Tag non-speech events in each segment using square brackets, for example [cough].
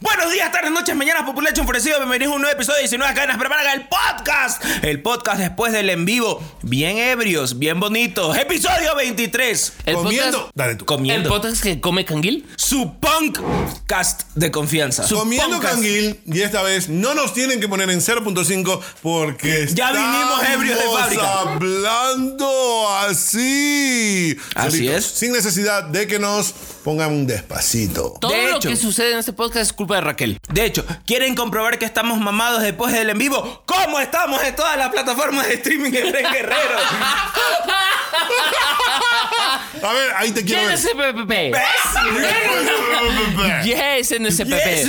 Buenos días, tardes, noches, mañanas, Population Enfurecido. Bienvenidos a un nuevo episodio de 19 Cadenas. Preparan el podcast. El podcast después del en vivo. Bien ebrios, bien bonitos. Episodio 23. El Comiendo. podcast- Dale tú. El Comiendo. podcast que come canguil. su podcast de confianza. Su Comiendo podcast. canguil y esta vez no nos tienen que poner en 0.5 porque Ya vinimos ebrios de estamos fábrica. hablando así. Así es. Sin necesidad de que nos pongan un despacito. Todo De lo hecho. que sucede en este podcast es culpa de Raquel. De hecho, ¿quieren comprobar que estamos mamados después del en vivo? ¿Cómo estamos en todas las plataformas de streaming de Fren [laughs] Guerrero? A ver, ahí te quiero ver. Yes, NSPP. Yes, NSPP. Yes, [laughs]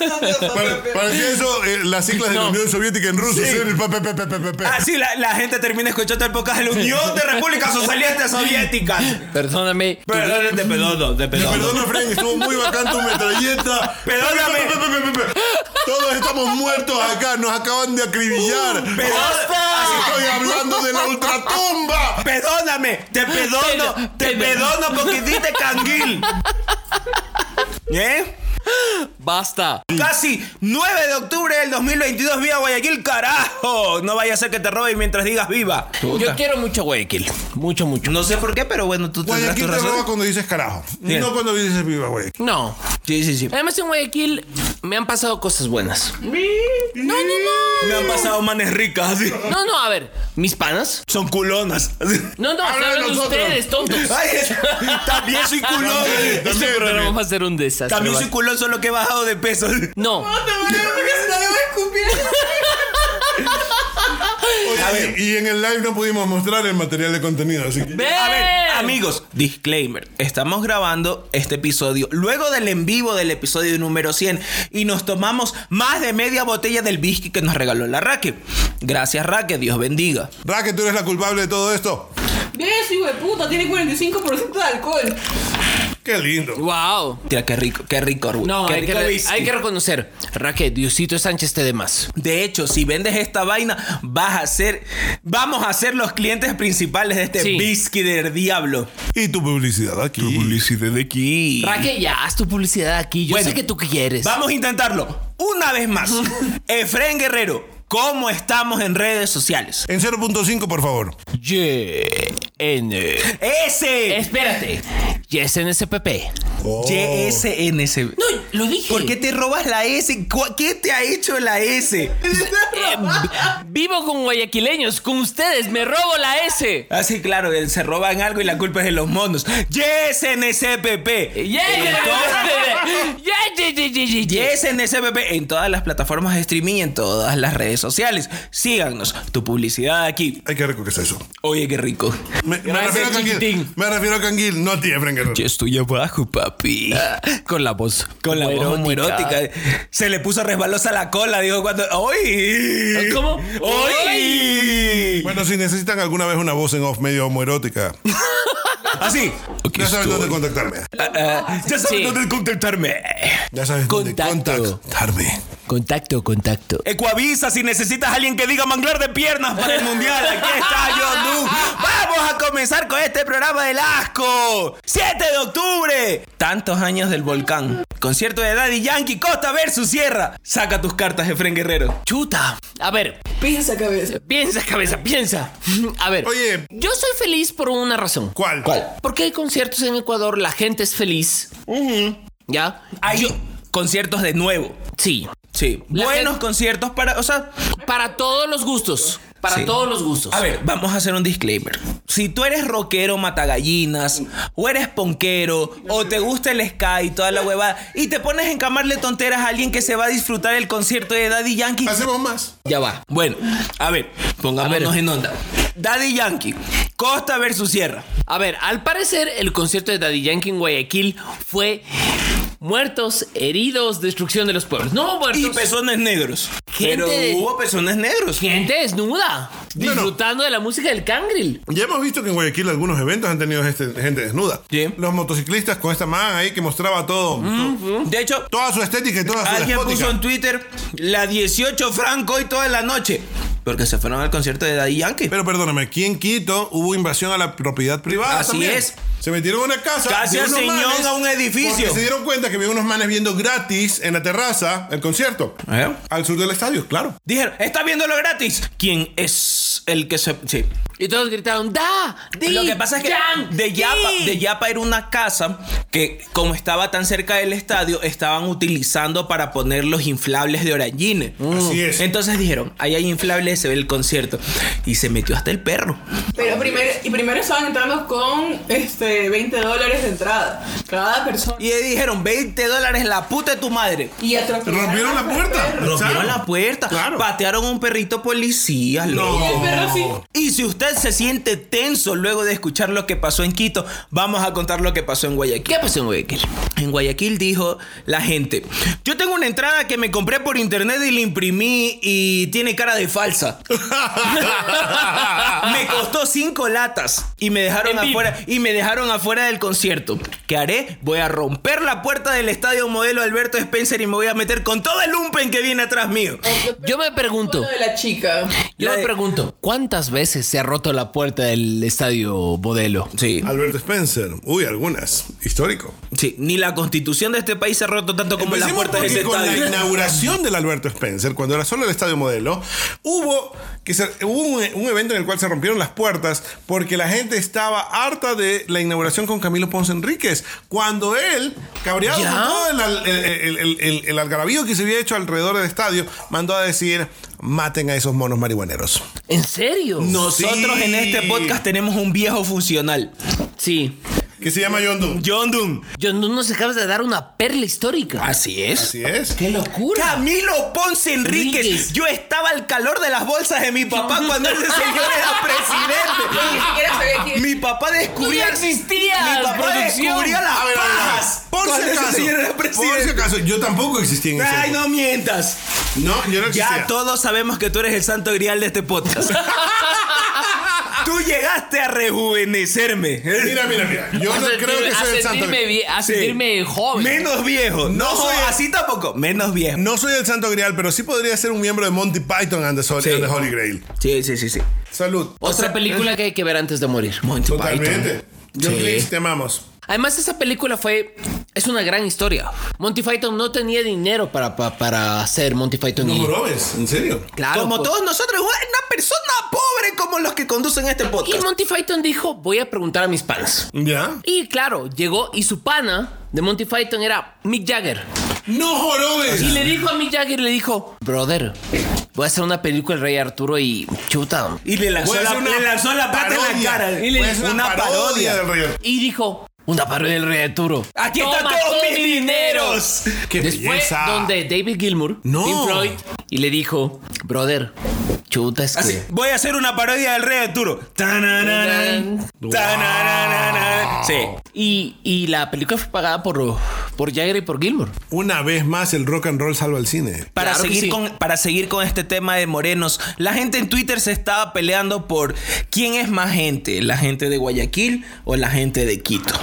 yes. Pare- Parecía eso, eh, las siglas de la No. Unión Soviética en ruso. Sí. Ah, sí, el pa- pa- pa- pa- pa- pa- pa. Así la, la gente termina escuchando el podcast de la Unión de Repúblicas Socialistas Soviéticas. Perdóname. Perdón, te perdono, te perdono. Perdona, Frank, estuvo muy bacán tu metralleta. Perdóname. Pe- pe- pe- pe- pe- Todos estamos muertos acá, nos acaban de acribillar. Uh, pero- Así estoy hablando de la ultratumba. Perdóname, te perdono, Pero- te pero- perdono porque hiciste canguil. ¿Eh? Basta. Casi 9 de octubre del 2022, viva Guayaquil, carajo. No vaya a ser que te roben mientras digas viva. Yo quiero mucho a Guayaquil. Mucho, mucho. No sé por qué, pero bueno, tú tendrás Guayaquil tu te roba razón. cuando dices carajo. Bien. No cuando dices viva, güey. No. Sí, sí, sí. Además, en Guayaquil me han pasado cosas buenas. Me han pasado manes ricas, así. No, no, a ver. Mis panas. Son culonas. así. No, no, Habla de hablan nosotros. ustedes, tontos. Ay, también soy culón. También, Este también, programa también. va a ser un desastre. También va. soy culón, solo que he bajado de peso. [laughs] No. Oye, Y en el live no pudimos mostrar el material de contenido, así que. ¡Ven! A ver, amigos, disclaimer. Estamos grabando este episodio luego del en vivo del episodio número 100 y nos tomamos más de media botella del whisky que nos regaló la Raque. Gracias, Raque, Dios bendiga. Raque, tú eres la culpable de todo esto. ¿Ves, hijo de puta? Tiene 45% de alcohol. Qué lindo. ¡Wow! Tira, qué rico, qué rico, Arbu- No, qué hay que, rico re- whisky. hay que reconocer. Raquel, Diosito Sánchez te de más. De hecho, si vendes esta vaina, vas a ser. Vamos a ser los clientes principales de este Sí. whisky del diablo. Y tu publicidad aquí. Tu publicidad de aquí. Raquel, ya haz tu publicidad aquí. Yo Bueno, sé que tú quieres. Vamos a intentarlo una vez más. Efren Guerrero, ¿cómo estamos en redes sociales? En 0.5, por favor. Y N. ¡Ese! Espérate. Yes, NSPP. Oh. YSNS. No, lo dije. ¿Por qué te robas la S? ¿Cu- ¿Qué te ha hecho la S? Eh, [laughs] vi- vivo con guayaquileños, con ustedes. Me robo la S. Así, claro, eh, se roban algo y la culpa es de los monos. YSNSPP. [laughs] Yeah, yeah, yeah, yeah, yeah, yeah, yeah, yeah. YSNSPP en todas las plataformas de streaming y en todas las redes sociales. Síganos. Tu publicidad aquí. Ay, qué rico que es eso. Oye, qué rico. Me, me Gracias, refiero a Canguil. chiquitín. Me refiero a Canguil, no a ti, Efren Guerrero. Yo estoy abajo, papi. Ah, Con la voz. Con la voz muy muy erótica. Se le puso resbalosa la cola, dijo cuando. ¡Ay! ¿Cómo? ¡Ay! Bueno, si necesitan alguna vez una voz en off medio homoerótica, Así. ya saben dónde contactarme. Ah, ah, ya sabes Sí. dónde contactarme. Ya sabes Contacto. dónde contactarme. Contacto, contacto. Ecuavisa, si necesitas a alguien que diga manglar de piernas para el mundial, aquí está John Doe. Vamos a comenzar con este programa del asco. 7 de octubre. Tantos años del volcán. Concierto de Daddy Yankee, Costa versus Sierra. Saca tus cartas, Efren Guerrero. Chuta. A ver, Piensa cabeza. piensa, cabeza, piensa. A ver. Oye. Yo soy feliz por una razón. ¿Cuál? Porque hay conciertos en Ecuador, la gente es feliz. ¿Ya? Hay conciertos de nuevo. Sí. Sí. La Buenos gente- conciertos para. O sea, Para todos los gustos. Para Sí. todos los gustos. a ver, vamos a hacer un disclaimer. Si tú eres rockero matagallinas, o eres ponquero, o te gusta el sky y toda la huevada, y te pones en camarle tonteras a alguien que se va a disfrutar el concierto de Daddy Yankee. Hacemos más. Ya va. Bueno, a ver, pongámonos A ver. en onda. Daddy Yankee, Costa versus Sierra. A ver, al parecer el concierto de Daddy Yankee en Guayaquil fue Muertos, heridos, destrucción de los pueblos. No muertos. Y pezones negros. Pero Gente- hubo pezones negros. Gente desnuda, disfrutando de la música del cangril. Ya hemos visto que en Guayaquil algunos eventos han tenido este- gente desnuda. Sí. Los motociclistas con esta man ahí que mostraba todo. De hecho, Toda su estética y toda su alguien despótica. puso en Twitter la 18 Franco hoy toda la noche. Porque se fueron al concierto de Daddy Yankee. Pero perdóname, aquí en Quito hubo invasión a la propiedad privada. Así también. es. Se metieron a una casa. Casi de unos aseñón manes, a un edificio. porque se dieron cuenta que había unos manes viendo gratis en la terraza el concierto. ¿Eh? Al sur del estadio, claro. Dijeron, está viéndolo gratis. ¿Quién es el que se.? Sí. Y todos gritaron, ¡Da! ¡Di! Lo que pasa es que Yang, de Yapa, Di". de Yapa era una casa que, como estaba tan cerca del estadio, estaban utilizando para poner los inflables de Orangine. Así es. Entonces dijeron, ahí hay inflables, se ve el concierto. Y se metió hasta el perro. Pero primero, y primero estaban entrando con este 20 dólares de entrada. Cada persona. Y ahí dijeron, 20 dólares la puta de tu madre. Y atropellaron Rompieron la al puerta. perro. Rompieron Claro. la puerta, Claro. patearon a un perrito policía, loco. Y el perro sí. Y si usted se siente tenso luego de escuchar lo que pasó en Quito, vamos a contar lo que pasó en Guayaquil. ¿Qué pasó en Guayaquil? En Guayaquil dijo la gente, yo tengo una entrada que me compré por internet y la imprimí y tiene cara de falsa. [laughs] me costó cinco latas y me dejaron En vivo. afuera y me dejaron afuera del concierto. ¿Qué haré? Voy a romper la puerta del estadio modelo Alberto Spencer y me voy a meter con todo el lumpen que viene atrás mío. Yo me pregunto. Lo de la chica. Yo La me de- pregunto, ¿cuántas veces se ha roto la puerta del estadio modelo? Sí, Alberto Spencer. Uy, algunas. Histórico. sí, ni la constitución de este país se ha roto tanto como las Empecemos puertas de porque ese con la estadio. inauguración del Alberto Spencer, cuando era solo el Estadio Modelo, hubo, que se- hubo un, un evento en el cual se rompieron las puertas porque la gente estaba harta de la inauguración con Camilo Ponce Enríquez, cuando él, cabreado ¿Ya? con todo el, al- el- el- el- el- el algarabío que se había hecho alrededor del estadio, mandó a decir, maten a esos monos marihuaneros. ¿En serio? Nosotros Sí. en este podcast tenemos un viejo funcional, Sí. Que se llama John Doe. John Doon. Yo no nos acabas de dar una perla histórica. Así es. Así es. ¡Qué locura! Camilo Ponce Enríquez. Enríquez. Yo estaba al calor de las bolsas de mi papá cuando ese señor era Yo presidente. Ah, ni siquiera [laughs] sabía quién. Mi papá descubría. Tú no existías, Mi papá producción. descubría las A ver, a ver, a ver. pajas. Por si cuando ese acaso, señor era por si presidente. acaso, yo tampoco existía en ese Ay, momento. no mientas. No, yo no existía. Ya todos sabemos que tú eres el santo grial de este podcast. tú llegaste a rejuvenecerme. Mira, mira, mira. Yo A no sentirme- creo que a sea el santo. sentirme, vie- a Sí. sentirme joven. Menos viejo. No, No soy- así tampoco. Menos viejo. No soy el santo grial, pero sí podría ser un miembro de Monty Python and the, Sol- Sí. and the Holy Grail. Sí, sí, sí, sí. Salud. Otra película que hay que ver antes de morir. Monty Python. Totalmente. John Sí. Cleese, te amamos. Además, esa película fue. Es una gran historia. Monty Python no tenía dinero para, pa- para hacer Monty Python. y- robes, en serio. claro. como pues. todos nosotros, una persona pobre como los que conducen este Y podcast. Monty Python dijo: Voy a preguntar a mis panas. ¿Ya? Y claro, llegó y su pana de Monty Python era Mick Jagger. ¡No jorobes! Y le dijo a Mick Jagger, le dijo, brother, voy a hacer una película El Rey Arturo y chuta. Y le Voy a lanzó, la, hacer Pues una le lanzó la pata en la parodia. cara. Pues Voy Y le a hacer una parodia del rey. Y dijo, una parodia del Rey Arturo. Aquí están Toma todos todo mis mi dinero. dineros. ¡Qué Después, belleza! donde David Gilmour, No. Pink Floyd, y le dijo, brother, chuta Ah, es Así, que... voy a hacer una parodia del Rey Arturo. Tananana, tananana. Sí. Y, y la película fue pagada por, por Jagger y por Gilmour. Una vez más, el rock and roll salva el cine. Para, Claro que seguir sí. con, para seguir con este tema de morenos, la gente en Twitter se estaba peleando por quién es más gente, la gente de Guayaquil o la gente de Quito.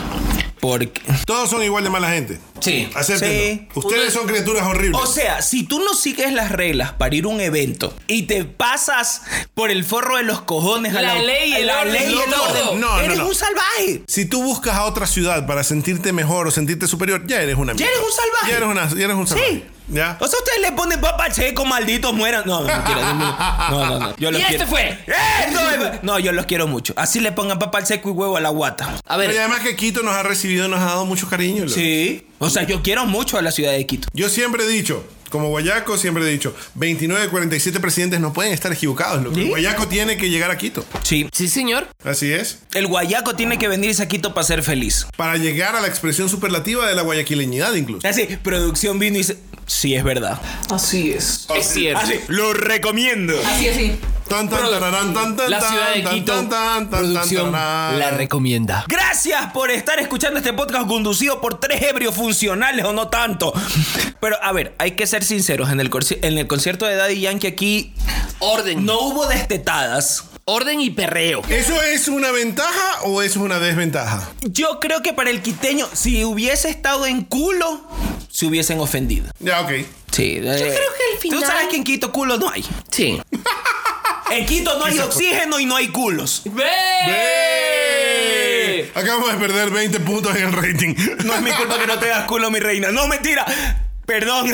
Porque, Todos son igual de mala gente. Sí. Acéptenlo. Sí. Ustedes son criaturas horribles. O sea, si tú no sigues las reglas para ir a un evento y te pasas por el forro de los cojones a La la ley y a el la orden. ley y el No, orden, no, no, eres no. un salvaje. Si tú buscas a otra ciudad para sentirte mejor o sentirte superior, ya eres una Ya eres un salvaje. Ya eres, una- ya eres un salvaje. Sí. ¿Ya? O sea, ustedes le ponen papá checo, malditos mueran. No, mentira, no, no, no, no, no. Yo los Y este quiero. fue. ¡Esto es- No, yo los quiero mucho. Así le pongan papá seco y huevo a la guata. A Pero y ver, además que Quito nos ha recibido y nos ha dado mucho cariño. loco. Sí. O sea, yo quiero mucho a la ciudad de Quito. Yo siempre he dicho, como Guayaco siempre he dicho, 29 de 47 presidentes no pueden estar equivocados. loco. El Guayaco tiene que llegar a Quito. Sí. sí señor, Así es. El guayaco tiene que venirse a Quito para ser feliz. Para llegar a la expresión superlativa de la guayaquileñidad incluso. Así, producción vino y dice. Sí, es verdad. Así es. Oh, es cierto. Así, lo recomiendo. Así así. Tan, Ah, tan, tararán, tan, tan, La tan, ciudad de tan, Quito, tan, tan, tan, producción, tararán. la recomienda. Gracias por estar escuchando este podcast conducido por tres ebrios funcionales o no tanto. Pero a ver, hay que ser sinceros. En el, conci- en el concierto de Daddy Yankee aquí Orden. no hubo destetadas. Orden y perreo. ¿Eso es una ventaja o eso es una desventaja? Yo creo que para el quiteño, si hubiese estado en culo, se hubiesen ofendido. Ya, ok. Sí, yo creo que al final- Tú sabes que en Quito culo no hay. Sí. En Quito no hay oxígeno y no hay culos. ¡Eh! ¡Ve! Acabamos de perder 20 puntos en el rating. No es mi culpa que no te das culo, mi reina. No, mentira. Perdón.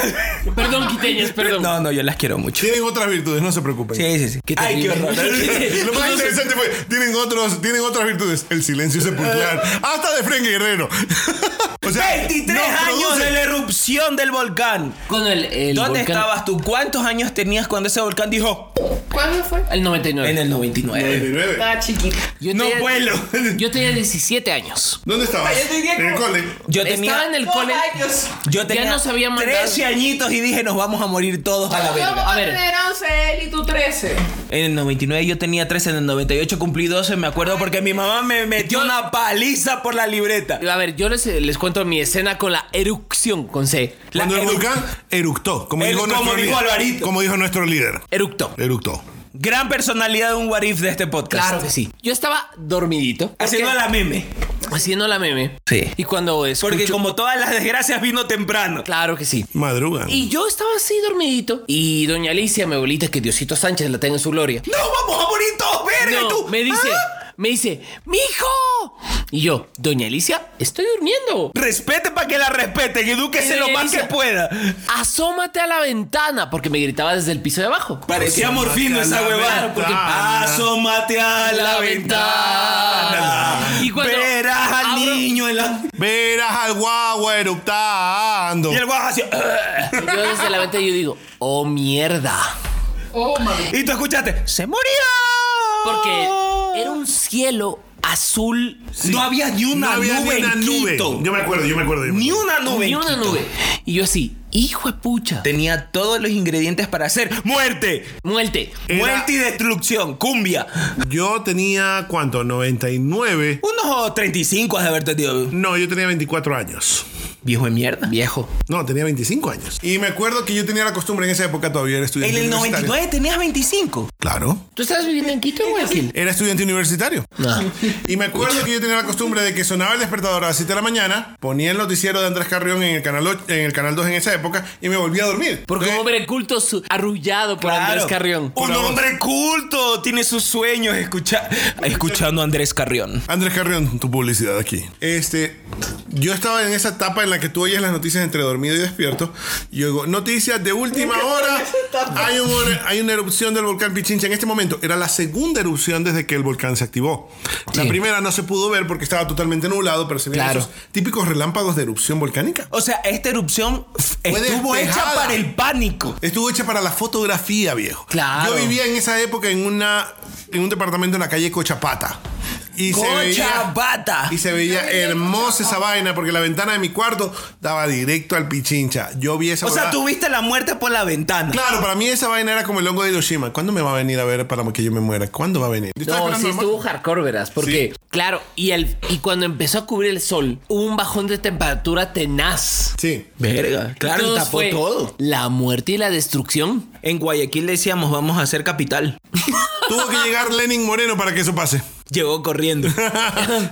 Perdón, quiteñas, perdón. No, no, yo las quiero mucho. [laughs] Tienen otras virtudes, no se preocupen. Sí, sí, sí. Ay, qué horror. [laughs] [laughs] Lo más interesante fue, tienen, otros, tienen otras virtudes. El silencio sepulcral. Hasta de Fren Guerrero. [laughs] O sea, 23 nos años produce- de la erupción del volcán. Con el, el ¿Dónde volcán- estabas tú? ¿Cuántos años tenías cuando ese volcán dijo? ¿Cuándo fue? El 99. En el 99. 99. Estaba chiquita. Yo No tenía- [laughs] vuelo. Yo tenía 17 años. ¿Dónde estabas? Yo tenía En el como- cole. Yo Estaba tenía, en el Dos cole. años. yo tenía nos habían mandado. 13 añitos y dije, nos vamos a morir todos a la Yo verga. A a ver. tener 11 él y tú 13. En el 99 yo tenía 13, en el 98 cumplí 12, me acuerdo porque mi mamá me metió Yo- una paliza por la libreta. A ver, yo les, les cuento mi escena con la erupción con C. La Cuando el eru- volcán eructó. Como El- dijo, como nuestro dijo líder. Alvarito. Como dijo nuestro líder. eructó. Eructó. Gran personalidad de un what if de este podcast. Claro que sí. Yo estaba dormidito. Haciendo porque- la meme. haciendo la meme. Sí. Y cuando escucho... Porque como todas las desgracias vino temprano. Claro que sí. Madrugan. Y yo estaba así dormidito. Y doña Alicia, mi abuelita, que Diosito Sánchez la tenga en su gloria. ¡No, vamos a morir todos, verga! No, y tú, me dice, "Ah, me dice, ¡mijo! Y yo, doña Alicia, estoy durmiendo. Respete para que la respeten, edúquese Y lo doña más que Alicia, pueda. Asómate a la ventana, porque me gritaba desde el piso de abajo. Parecía morfino esa la huevada. ventana. Asómate a la La ventana. ventana. Y cuando verás al abro- niño en la. Verás al guagua eructando. Y el guajo [laughs] así. "Ugh". Yo desde la ventana yo digo, oh mierda. Oh my. Y tú escuchaste, se murió. Porque era un cielo azul. No había ni una No había nube. ni una en nube. Quito. Yo me acuerdo, yo me acuerdo. yo me Ni acuerdo. una nube. Y en una Quito. nube. Y yo así, hijo de pucha. Tenía todos los ingredientes para hacer muerte. Muerte. Era- Muerte y destrucción. Cumbia. Yo tenía, ¿cuánto? 99. Unos 35 has de haber tenido. No, yo tenía 24 años. Viejo de mierda. Viejo. No, tenía 25 años. Y me acuerdo que yo tenía la costumbre en esa época todavía era estudiante En el universitario. 99 tenías 25. Claro. ¿Tú estabas viviendo en Quito, Guayaquil? Era estudiante universitario. No. Ah. Y me acuerdo que yo tenía la costumbre de que sonaba el despertador a las 7 de la mañana, ponía el noticiero de Andrés Carrión en el canal, och- en el canal 2 en esa época y me volvía a dormir. Porque un Entonces, hombre culto su- arrullado por Andrés Carrión. Un Una voz. hombre culto tiene sus sueños escucha- escuchando a Andrés Carrión. Andrés Carrión, tu publicidad aquí. Este, yo estaba en esa etapa en la que tú oyes las noticias entre dormido y despierto. Y yo digo, noticias de última hora. Hay, un or- hay una erupción del volcán Pichincha. En este momento era la segunda erupción desde que el volcán se activó. La Sí. primera no se pudo ver porque estaba totalmente nublado, pero se veían Claro. esos típicos relámpagos de erupción volcánica. O sea, esta erupción f- estuvo despejada. hecha para el pánico. Estuvo hecha para la fotografía, viejo. Claro. Yo vivía en esa época en una en un departamento en la calle Cochapata. Y se veía Cochabata. y se veía hermosa esa vaina porque la ventana de mi cuarto daba directo al Pichincha. Yo vi esa O sea, huevada. tuviste la muerte por la ventana. Claro, para mí esa vaina era como el hongo de Hiroshima. ¿Cuándo me va a venir a ver para que yo me muera? ¿Cuándo va a venir? Yo estaba No, sí esperando nomás. estuvo hardcore, verás. Porque, claro, y, el, y cuando empezó a cubrir el sol, hubo un bajón de temperatura tenaz. Sí. Verga, claro, Entonces tapó fue todo. La muerte y la destrucción. En Guayaquil decíamos, vamos a hacer capital. [laughs] Tuvo que llegar Lenin Moreno para que eso pase. [laughs] Llegó [laughs] corriendo.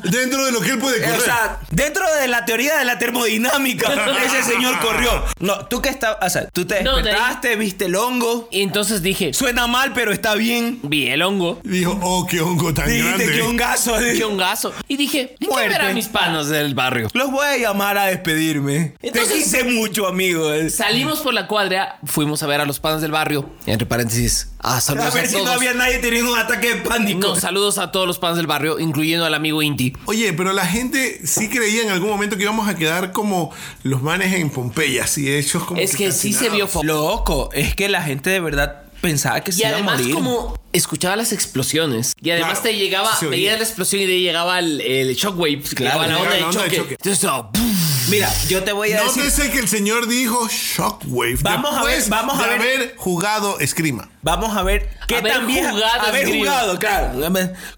Dentro de lo que él puede correr. O sea, dentro de la teoría de la [laughs] termodinámica, ese señor corrió. No, tú que estabas, o sea, tú te No, de ahí- despertaste, viste el hongo. Y entonces dije, Suena mal, pero está bien. vi el hongo. Dijo, oh, qué hongo tan grande. eh". Dijiste [laughs] que un gaso. Qué hongazo. Y dije, ¿y ¿qué Muerte. verán mis panos del barrio? Los voy a llamar a despedirme. Te Entonces- quise mucho, [laughs] amigo. Salimos por la cuadra, fuimos a ver a los panos del barrio. Entre paréntesis, ah, A saludos a, ver si todos. no había nadie teniendo un ataque de pánico. No, saludos a todos los panos del barrio, incluyendo al amigo Inti. Oye, pero la gente sí creía en algún momento que íbamos a quedar como los manes en Pompeya, así hechos como. Es que sí se vio fo- Loco, es que la gente de verdad pensaba que Y se iba a además morir. como escuchaba las explosiones y además Claro, te llegaba, sí se oía. veías la explosión y te llegaba el, el shockwave, claro, la llegaba onda, la de onda de choque. choque. Entonces, oh, ¡pum! Mira, yo te voy a No decir. sé que el señor dijo Shockwave. Vamos a ver, después vamos a de ver. haber jugado esgrima. Vamos a ver qué Haber tan vieja- jugado en haber Grill. jugado, claro.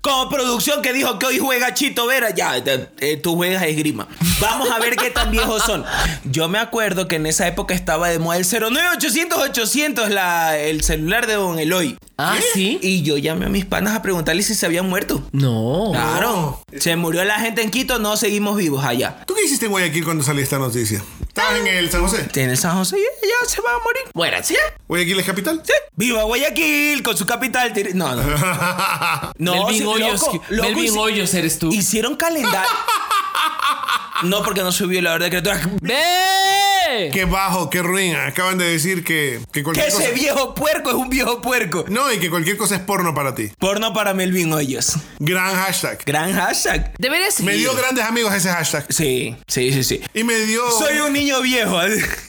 Como producción que dijo que hoy juega Chito Vera, ya, te- eh, tú juegas esgrima. Vamos a ver qué tan viejos son. Yo me acuerdo que en esa época estaba de moda el 09800-800, la, el celular de Don Eloy. Ah, sí. Y yo llamé a mis panas a preguntarle si se habían muerto. No. Claro. Se murió la gente en Quito, no seguimos vivos allá. ¿Tú qué hiciste en Guayaquil cuando salió esta noticia? ¿Estabas en el San José? En el San José, ya, ya se va a morir. Muéranse. ¿Guayaquil es capital? Sí. ¡Viva Guayaquil! Con su capital. tiri- No, no. No, Melvin sí, Hoyos, loco, que- loco, Melvin hici- Hoyos eres tú. Hicieron calendario. No, porque no subió la verdad de criaturas. ¡Ve! Qué bajo, qué ruin. Acaban de decir que, que Que cualquier cosa. ese viejo puerco es un viejo puerco. No, y que cualquier cosa es porno para ti. Porno para Melvin Hoyos. Gran hashtag. Gran hashtag. Debería ser. Me dio grandes amigos ese hashtag. Sí, sí, sí, sí. Y me dio. Soy un niño viejo.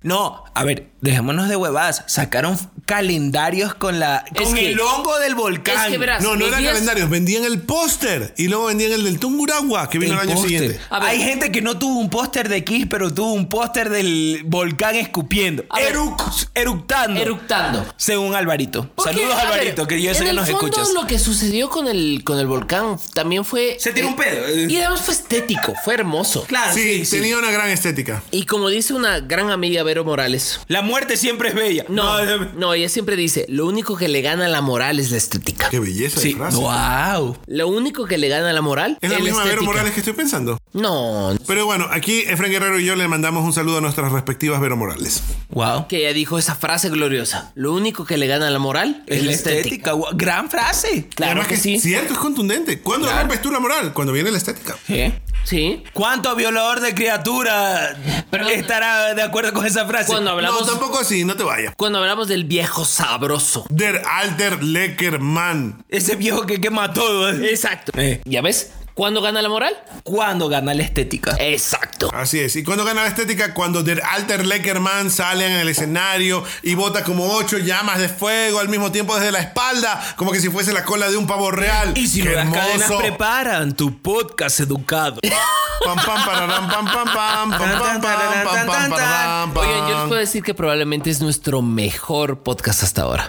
No, a ver, dejémonos de huevadas. Sacaron calendarios con la Es con que- el hongo del volcán. Es que verás, No, no los eran días- calendarios, vendían el póster y luego vendían el del Tunguragua que vino el, El año póster. siguiente. A ver. Hay gente que no tuvo un póster de Kiss, pero tuvo un póster del volcán escupiendo. A ver. Eruc- eructando. Eructando. Según Alvarito. Porque, Saludos, a ver, Alvarito, que yo sé en que el nos fondo, escuchas. lo que sucedió con el, con el volcán también fue... eh, Se tiró un pedo. Y además fue estético, fue hermoso. Claro, sí, tenía una gran estética. Y como dice una gran amiga Vero Morales... La muerte siempre es bella. No, eh, no, ella siempre dice, lo único que le gana la moral es la estética. Qué belleza Sí. de frase. Wow. Lo único que le gana la moral Es la misma estética. Vero Morales que estoy pensando. No, Pero bueno, aquí Efraín Guerrero y yo le mandamos un saludo a nuestras respectivas Vero Morales. Wow. que ella dijo esa frase gloriosa. Lo único que le gana la moral es, la estética. guau. Gran frase. Claro Además que sí. Sí. Cierto, es contundente. ¿Cuándo rompes tú la moral? Cuando viene la estética. ¿Eh? ¿Cuánto violador de criatura Pero- estará de acuerdo con esa frase? Cuando hablamos, No, tampoco así, no te vayas. cuando hablamos del viejo sabroso. Der Alter Leckerman. Ese viejo que quema todo. Exacto. Eh. ¿Ya ves? ¿Cuándo gana la moral? ¿Cuándo gana la estética? Eh, Exacto. Así es. ¿Y cuándo gana la estética? Cuando Der Alter Leckerman sale en el escenario y bota como ocho llamas de fuego al mismo tiempo desde la espalda, como que si fuese la cola de un pavo real. Y si ¡Qué las cadenas hermoso! preparan tu podcast educado. Pam, pam, pararán, pam, pam, pam, pam, pam, pam, pam, pam, pararán, pam. Oigan, yo les puedo decir que probablemente es nuestro mejor podcast hasta ahora.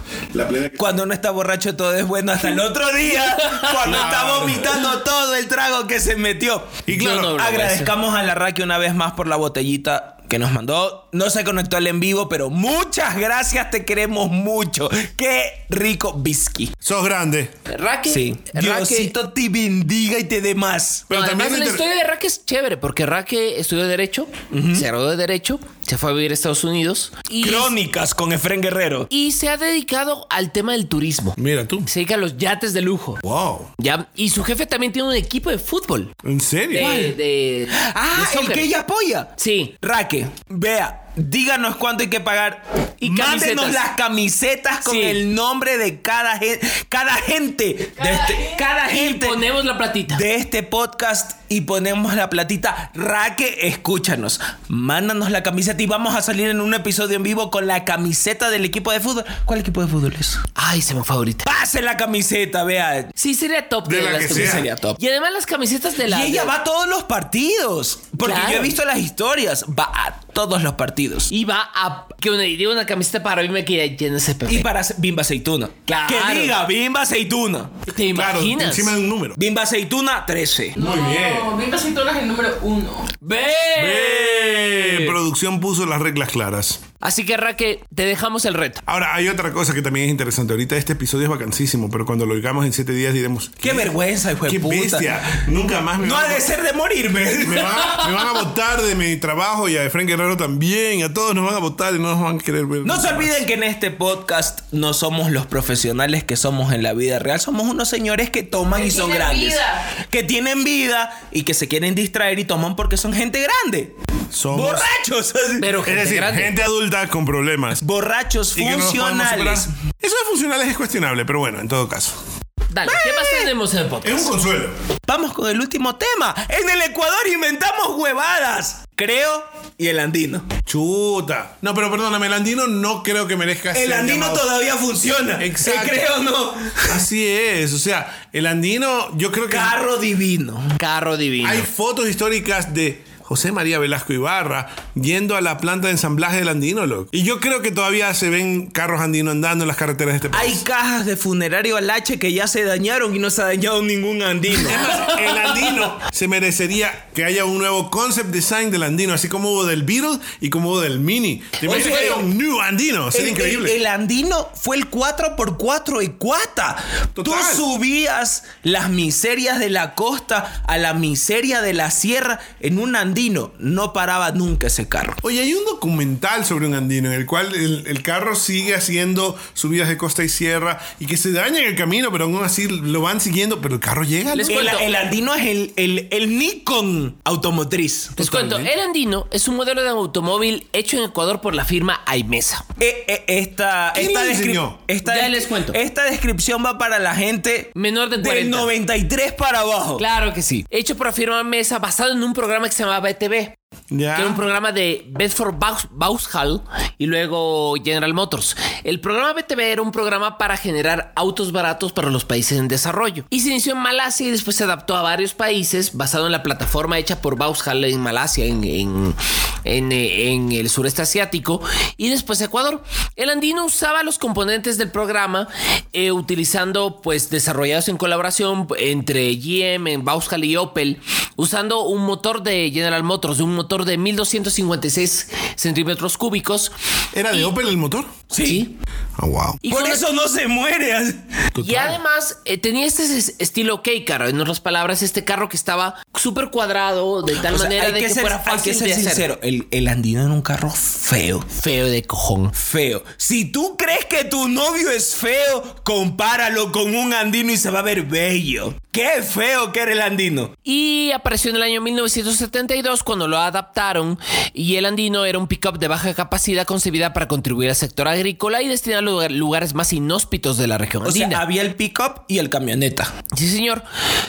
Cuando uno está borracho todo es bueno hasta el otro día. Cuando está vomitando todo el trago que se metió. Y Yo no [laughs] claro, hablo de Agradezcamos a la Raki una vez más por la botellita que nos mandó. No se conectó al en vivo, pero muchas gracias, te queremos mucho. Qué rico whisky. sos grande. eso. Raque, Sí. Raque, Diosito te bendiga y te dé más. Pero No, también además la inter- historia de Raque es chévere porque Raque estudió Derecho, se graduó de Derecho, se fue a vivir a Estados Unidos y, Crónicas con Efren Guerrero. y se ha dedicado al tema del turismo. Mira tú. Se dedica a los yates de lujo. Wow. Ya, y su jefe también tiene un equipo de fútbol. ¿En serio? De, de- de Ah, el soccer. que ella apoya. Sí. Raque, vea, díganos cuánto hay que pagar. Y Mándenos camisetas. las camisetas con Sí. el nombre de cada, gen- cada gente. Cada, de este, cada Y gente ponemos la platita. de este podcast y ponemos la platita. Raque, escúchanos. Mándanos la camiseta y vamos a salir en un episodio en vivo con la camiseta del equipo de fútbol. ¿Cuál equipo de fútbol es? Ay, se me fue ahorita. Pase la camiseta, vea. Sí, sería top De de, la las que camisetas. sea. Sería top. Y además las camisetas de la. Y ella de- va a todos los partidos. Porque Claro. yo he visto las historias. Va a todos los partidos. y va a. Que una, y digo una camiseta para mí me queda llena ese pepe. Y para hacer- Bimba Aceituna. Claro. Que diga Bimba Aceituna. ¿Te Claro, imaginas? encima de un número. Bimba Aceituna 13. Muy bien. No, Bimba Aceituna es el número uno. ¡Ve! Eh, producción puso las reglas claras. Así que, Raque, te dejamos el reto. Ahora, hay otra cosa que también es interesante. Ahorita este episodio es vacancísimo, pero cuando lo oigamos en siete días diremos... Qué vergüenza, hijo de ¡Qué puta. bestia! Nunca más me No ha van, de ser de [laughs] me, morirme. van, me van a votar de mi trabajo y a Efraín Guerrero también. A todos nos van a votar y no nos van a querer ver. No se nunca más. olviden que en este podcast no somos los profesionales que somos en la vida real. Somos unos señores que toman Que y son tienen grandes. vida. Que tienen vida y que se quieren distraer y toman porque son gente grande. Somos- Borrachos. Pero Es gente decir, grande. gente adulta con problemas. Borrachos y que no nos podemos funcionales. superar. Eso de funcionales es cuestionable, pero bueno, en todo caso. Dale, ¿qué más tenemos en el podcast? Es un consuelo. Vamos con el último tema. En el Ecuador inventamos huevadas. Creo y el andino. Chuta. No, pero perdóname, el andino no creo que merezca El ser andino llamado- todavía funciona. Exacto. El creo no. Así es, o sea, el andino, yo creo que Carro divino. Carro divino. hay fotos históricas de José María Velasco Ibarra yendo a la planta de ensamblaje del Andino, loco. Y yo creo que todavía se ven carros andinos andando en las carreteras de este país. Hay cajas de funerario al H que ya se dañaron y no se ha dañado ningún andino. [laughs] Es más, el andino se merecería que haya un nuevo concept design del andino, así como hubo del Beetle y como hubo del Mini. Te imaginas que haya un new andino, sería eh, El- increíble. El, el andino fue el 4x4 y cuata. Tú Total. subías las miserias de la costa a la miseria de la sierra en un andino. No paraba nunca ese carro. Oye, hay un documental sobre un andino en el cual el, el carro sigue haciendo subidas de costa y sierra y que se daña en el camino, pero aún así lo van siguiendo, pero el carro llega. ¿no? Les- El, cuento. el andino es el, el- el Nikon automotriz. Les cuento, el Andino es un modelo de automóvil hecho en Ecuador por la firma Aimesa. Eh, eh, esta, ¿Quién esta, lo descri- diseñó? esta- Ya les cuento. Esta descripción va para la gente Menor de del 40. 93 para abajo. Claro que sí. Hecho por la firma Aimesa basado en un programa que se llamaba BTV. Ya. que era un programa de Bedford Baus- Vauxhall y luego General Motors. El programa BTV era un programa para generar autos baratos para los países en desarrollo. Y se inició en Malasia y después se adaptó a varios países basado en la plataforma hecha por Vauxhall en Malasia, en, en- en, eh, en el sureste asiático y después Ecuador. El andino usaba los componentes del programa eh, utilizando, pues, desarrollados en colaboración entre GM, en Vauxhall y Opel, usando un motor de General Motors, de un motor de 1256 centímetros cúbicos. ¿Era de Opel el motor? Sí. Ah, wow. Y Por con eso no se muere. y además eh, tenía este es- estilo K-Car, en otras palabras, este carro que estaba súper cuadrado, de tal O sea, manera hay de que que, ser, fuera hay que fácil ser de hacer. sincero. El, el andino era un carro feo. Feo de cojón. Feo. Si tú crees que tu novio es feo, compáralo con un andino y se va a ver bello. Qué feo que era el andino. Y apareció en el año 1972 cuando lo adaptaron y el Andino era un pickup de baja capacidad concebida para contribuir al sector agrícola y destinado a lugar- lugares más inhóspitos de la región O andina. sea, había el pickup y el camioneta. sí, señor.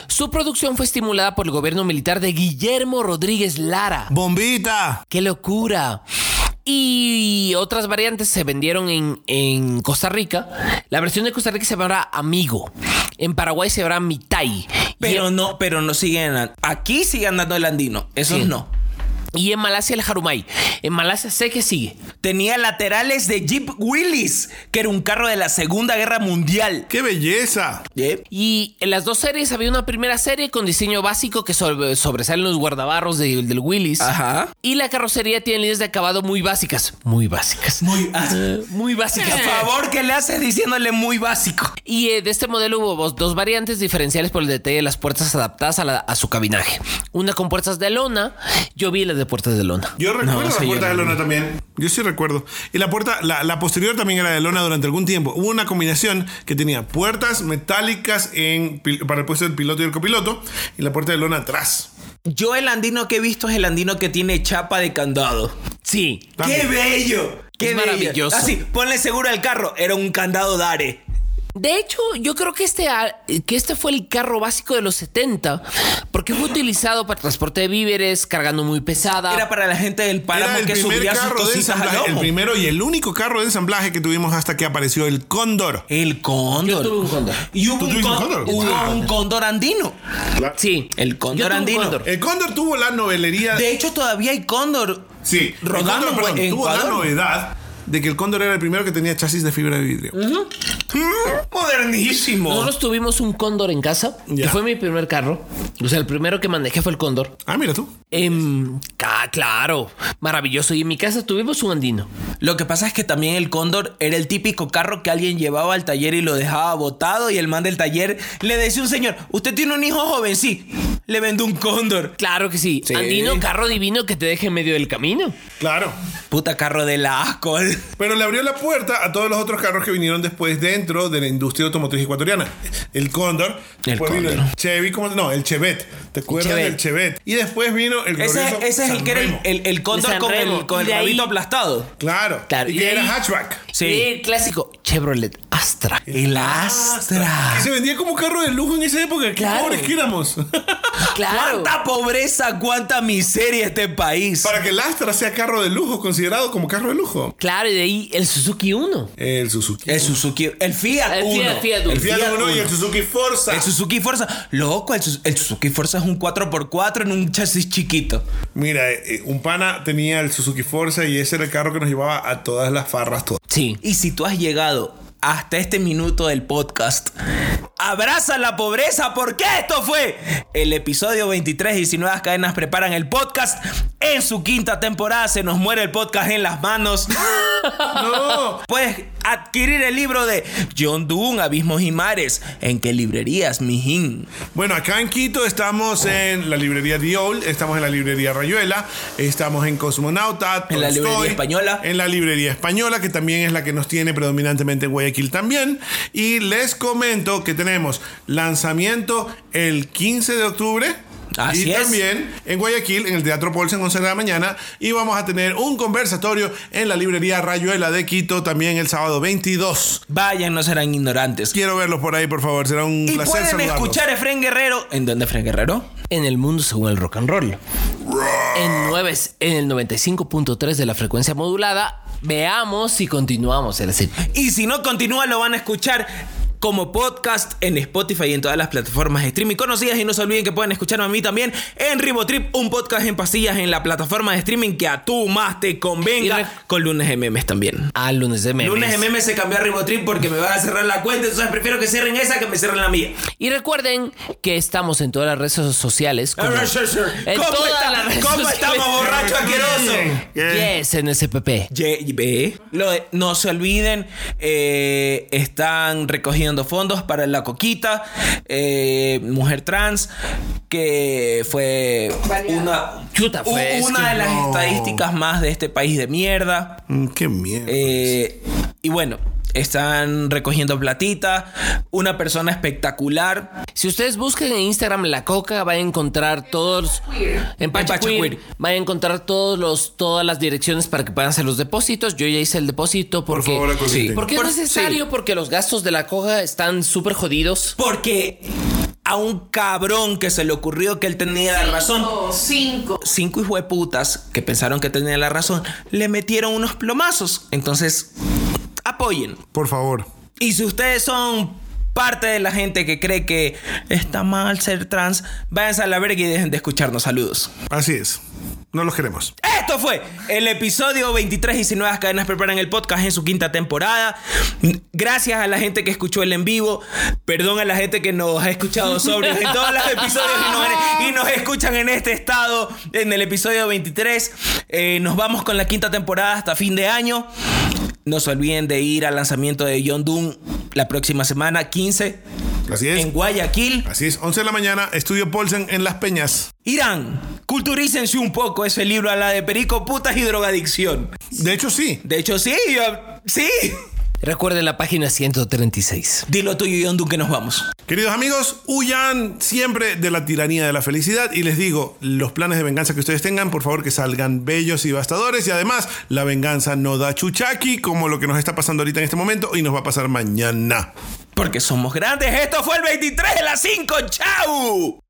Su producción fue estimulada por el gobierno militar de Guillermo Rodríguez Lara. ¡Bombita! ¡Qué locura! Y otras variantes se vendieron en, en Costa Rica. La versión de Costa Rica se llamará Amigo. En Paraguay se llamará Mitai. Pero Y- no, pero no siguen. an- Aquí sigue andando el andino. Eso Sí. no. y en Malasia el Harumai. En Malasia sé que sigue. Tenía laterales de Jeep Willys, que era un carro de la Segunda Guerra Mundial. ¡Qué belleza! ¿Eh? Y en las dos series había una primera serie con diseño básico que sobre- sobresalen los guardabarros de- del Willis. Ajá. Y la carrocería tiene líneas de acabado muy básicas. Muy básicas. Muy. ah, [laughs] Muy básicas. Por favor, ¿qué le haces diciéndole muy básico? Y eh, de este modelo hubo vos- dos variantes diferenciales por el detalle de las puertas adaptadas a, la- a su cabinaje. Una con puertas de lona. Yo vi las de puertas de lona. Yo recuerdo No, la sí, puerta yo de no. lona también. Yo sí recuerdo. Y la puerta, la, la posterior también era de lona durante algún tiempo. Hubo una combinación que tenía puertas metálicas en, pil- para el puesto del piloto y el copiloto y la puerta de lona atrás. Yo el andino que he visto es el andino que tiene chapa de candado. Sí. ¡Qué También. bello! ¡Qué Es bello! maravilloso. Así, ponle seguro al carro. Era un candado Dare. De hecho, yo creo que este, a- que este fue el carro básico de los 70, porque fue utilizado para transporte de víveres, cargando muy pesada. Era para la gente del Era páramo el que primer subía sus carro de cositas al ensamblaje, el lomo. El, primero y el único carro de ensamblaje que tuvimos hasta que apareció el Cóndor. cóndor. Yo tuve un cóndor. Y hubo ¿Tú un, tuviste un con- cóndor? hubo Yo tuve un cóndor andino. Sí. El cóndor Yo tuve un andino. El Cóndor tuvo la novelería. De hecho, todavía hay cóndor. sí, el rodando Cóndor, en- perdón, en tuvo la Ecuador. novedad de que el Cóndor era el primero que tenía chasis de fibra de vidrio. [laughs] Modernísimo. Nosotros tuvimos un cóndor en casa, que Ya. fue mi primer carro. O sea, el primero que manejé fue el cóndor. Ah, mira tú. Em, ca- claro, maravilloso. Y en mi casa tuvimos un andino. Lo que pasa es que también el Cóndor era el típico carro que alguien llevaba al taller y lo dejaba botado y el man del taller le decía a un señor, usted tiene un hijo joven, sí, le vendo un Cóndor. Claro que sí. Sí. Andino, carro divino que te deje en medio del camino. Claro. Puta carro de la asco. [laughs] Pero le abrió la puerta a todos los otros carros que vinieron después dentro de la industria automotriz ecuatoriana. El Cóndor, El después vino Cóndor. el Chevy, ¿cómo- no, el Chevette. ¿Te acuerdas Chevette. del Chevette? Y después vino el Ese, glorioso ese es el San que era el, Remo. el- el Cóndor San con el, Remo. con Y el de ahí- rabito aplastado. Claro. Claro, Y y que era ahí- hatchback. Sí. Eh, clásico. Chevrolet Astra. El Astra. Que se vendía como carro de lujo en esa época. Qué Claro. pobres que éramos. Claro. ¿Cuánta pobreza, cuánta miseria este país? Para que el Astra sea carro de lujo, considerado como carro de lujo. Claro, y de ahí el Suzuki 1. El Suzuki. El Suzuki, el Fiat El Fiat, 1. Fiat uno. El Fiat Fiat 1 y el uno. Suzuki Forza. El Suzuki Forza. Loco, el, Suz- el Suzuki Forza es un 4x4 en un chasis chiquito. Mira, eh, un pana tenía el Suzuki Forza y ese era el carro que nos llevaba a todas las farras. Todas. Sí. Y si tú has llegado hasta este minuto del podcast, abraza la pobreza porque esto fue el episodio 23 y si nuevas cadenas preparan el podcast en su quinta temporada. Se nos muere el podcast en las manos. [laughs] No. Puedes adquirir el libro de John Doon, Abismos y Mares. ¿En qué librerías, mijín? Bueno, acá en Quito estamos en la librería Diol, estamos en la librería Rayuela, estamos en Cosmonauta, En la Tolstoy, librería española. En la librería española, que también es la que nos tiene predominantemente en Guayaquil también. Y les comento que tenemos lanzamiento el 15 de octubre. Así y es. también en Guayaquil, en el Teatro Polsen, 11 de la mañana. Y vamos a tener un conversatorio en la librería Rayuela de Quito también el sábado 22. Vayan, no serán ignorantes. Quiero verlos por ahí, por favor. Será un Y placer pueden saludarlos. escuchar a Efren Guerrero. ¿En dónde Efren Guerrero? En el mundo según el rock and roll. En, nueve- en el 95.3 de la frecuencia modulada. Veamos si continuamos. Es decir, Y si no continúa, lo van a escuchar como podcast en Spotify y en todas las plataformas de streaming conocidas. Y no se olviden que pueden escucharme a mí también en Ribotrip, un podcast en pastillas en la plataforma de streaming que a tú más te Y re- convenga. Con lunes de memes también. ah, lunes de memes. Lunes de memes se cambió a Ribotrip porque me van a cerrar la cuenta. Entonces prefiero que cierren esa que me cierren la mía. Y recuerden que estamos en todas las redes sociales. como- Eh, ¿Cómo, en todas está- las redes cómo sociales. estamos, borracho asqueroso? Yes, en SPP. Ye- y ve. Lo de- no se olviden, eh, están recogiendo fondos para la coquita, eh, mujer trans, que fue Baleada. una, Chuta, fue, u- es una que de las no. estadísticas más de este país de mierda. Mm, Qué miedo. Eh, y bueno, están recogiendo platita, una persona espectacular. Si ustedes buscan en Instagram la coca, van a encontrar todos. En Pacha Pacha Queer, Queer. Van a encontrar todos los, todas las direcciones para que puedan hacer los depósitos. Yo ya hice el depósito porque. favor, aconsenten. porque Por- es necesario, porque los gastos de la coca están súper jodidos. Porque a un cabrón que se le ocurrió que él tenía la razón, Cinco. cinco hijueputas que pensaron que tenían la razón le metieron unos plomazos. Entonces, apoyen. Por favor. Y si ustedes son parte de la gente que cree que está mal ser trans, váyanse a la verga y dejen de escucharnos. Saludos. Así es. No los queremos. Esto fue el episodio 23 y si nuevas cadenas preparan el podcast en su quinta temporada. Gracias a la gente que escuchó el en vivo. Perdón a la gente que nos ha escuchado sobre en todos los episodios y nos, y nos escuchan en este estado en el episodio 23. Eh, nos vamos con la quinta temporada hasta fin de año. No se olviden de ir al lanzamiento de John Doom la próxima semana, 15, Así es. en Guayaquil. Así es. 11 de la mañana, Estudio Polsen en Las Peñas. Irán, culturícense un poco ese libro a la de Perico, putas y drogadicción. De hecho, sí. De hecho, sí, yo- sí. Recuerden la página 136. Dilo tuyo, Yondu, que nos vamos. Queridos amigos, huyan siempre de la tiranía de la felicidad y les digo, los planes de venganza que ustedes tengan, por favor que salgan bellos y bastadores y además la venganza no da chuchaqui como lo que nos está pasando ahorita en este momento y nos va a pasar mañana. Porque somos grandes. Esto fue el 23 de las 5. ¡Chau!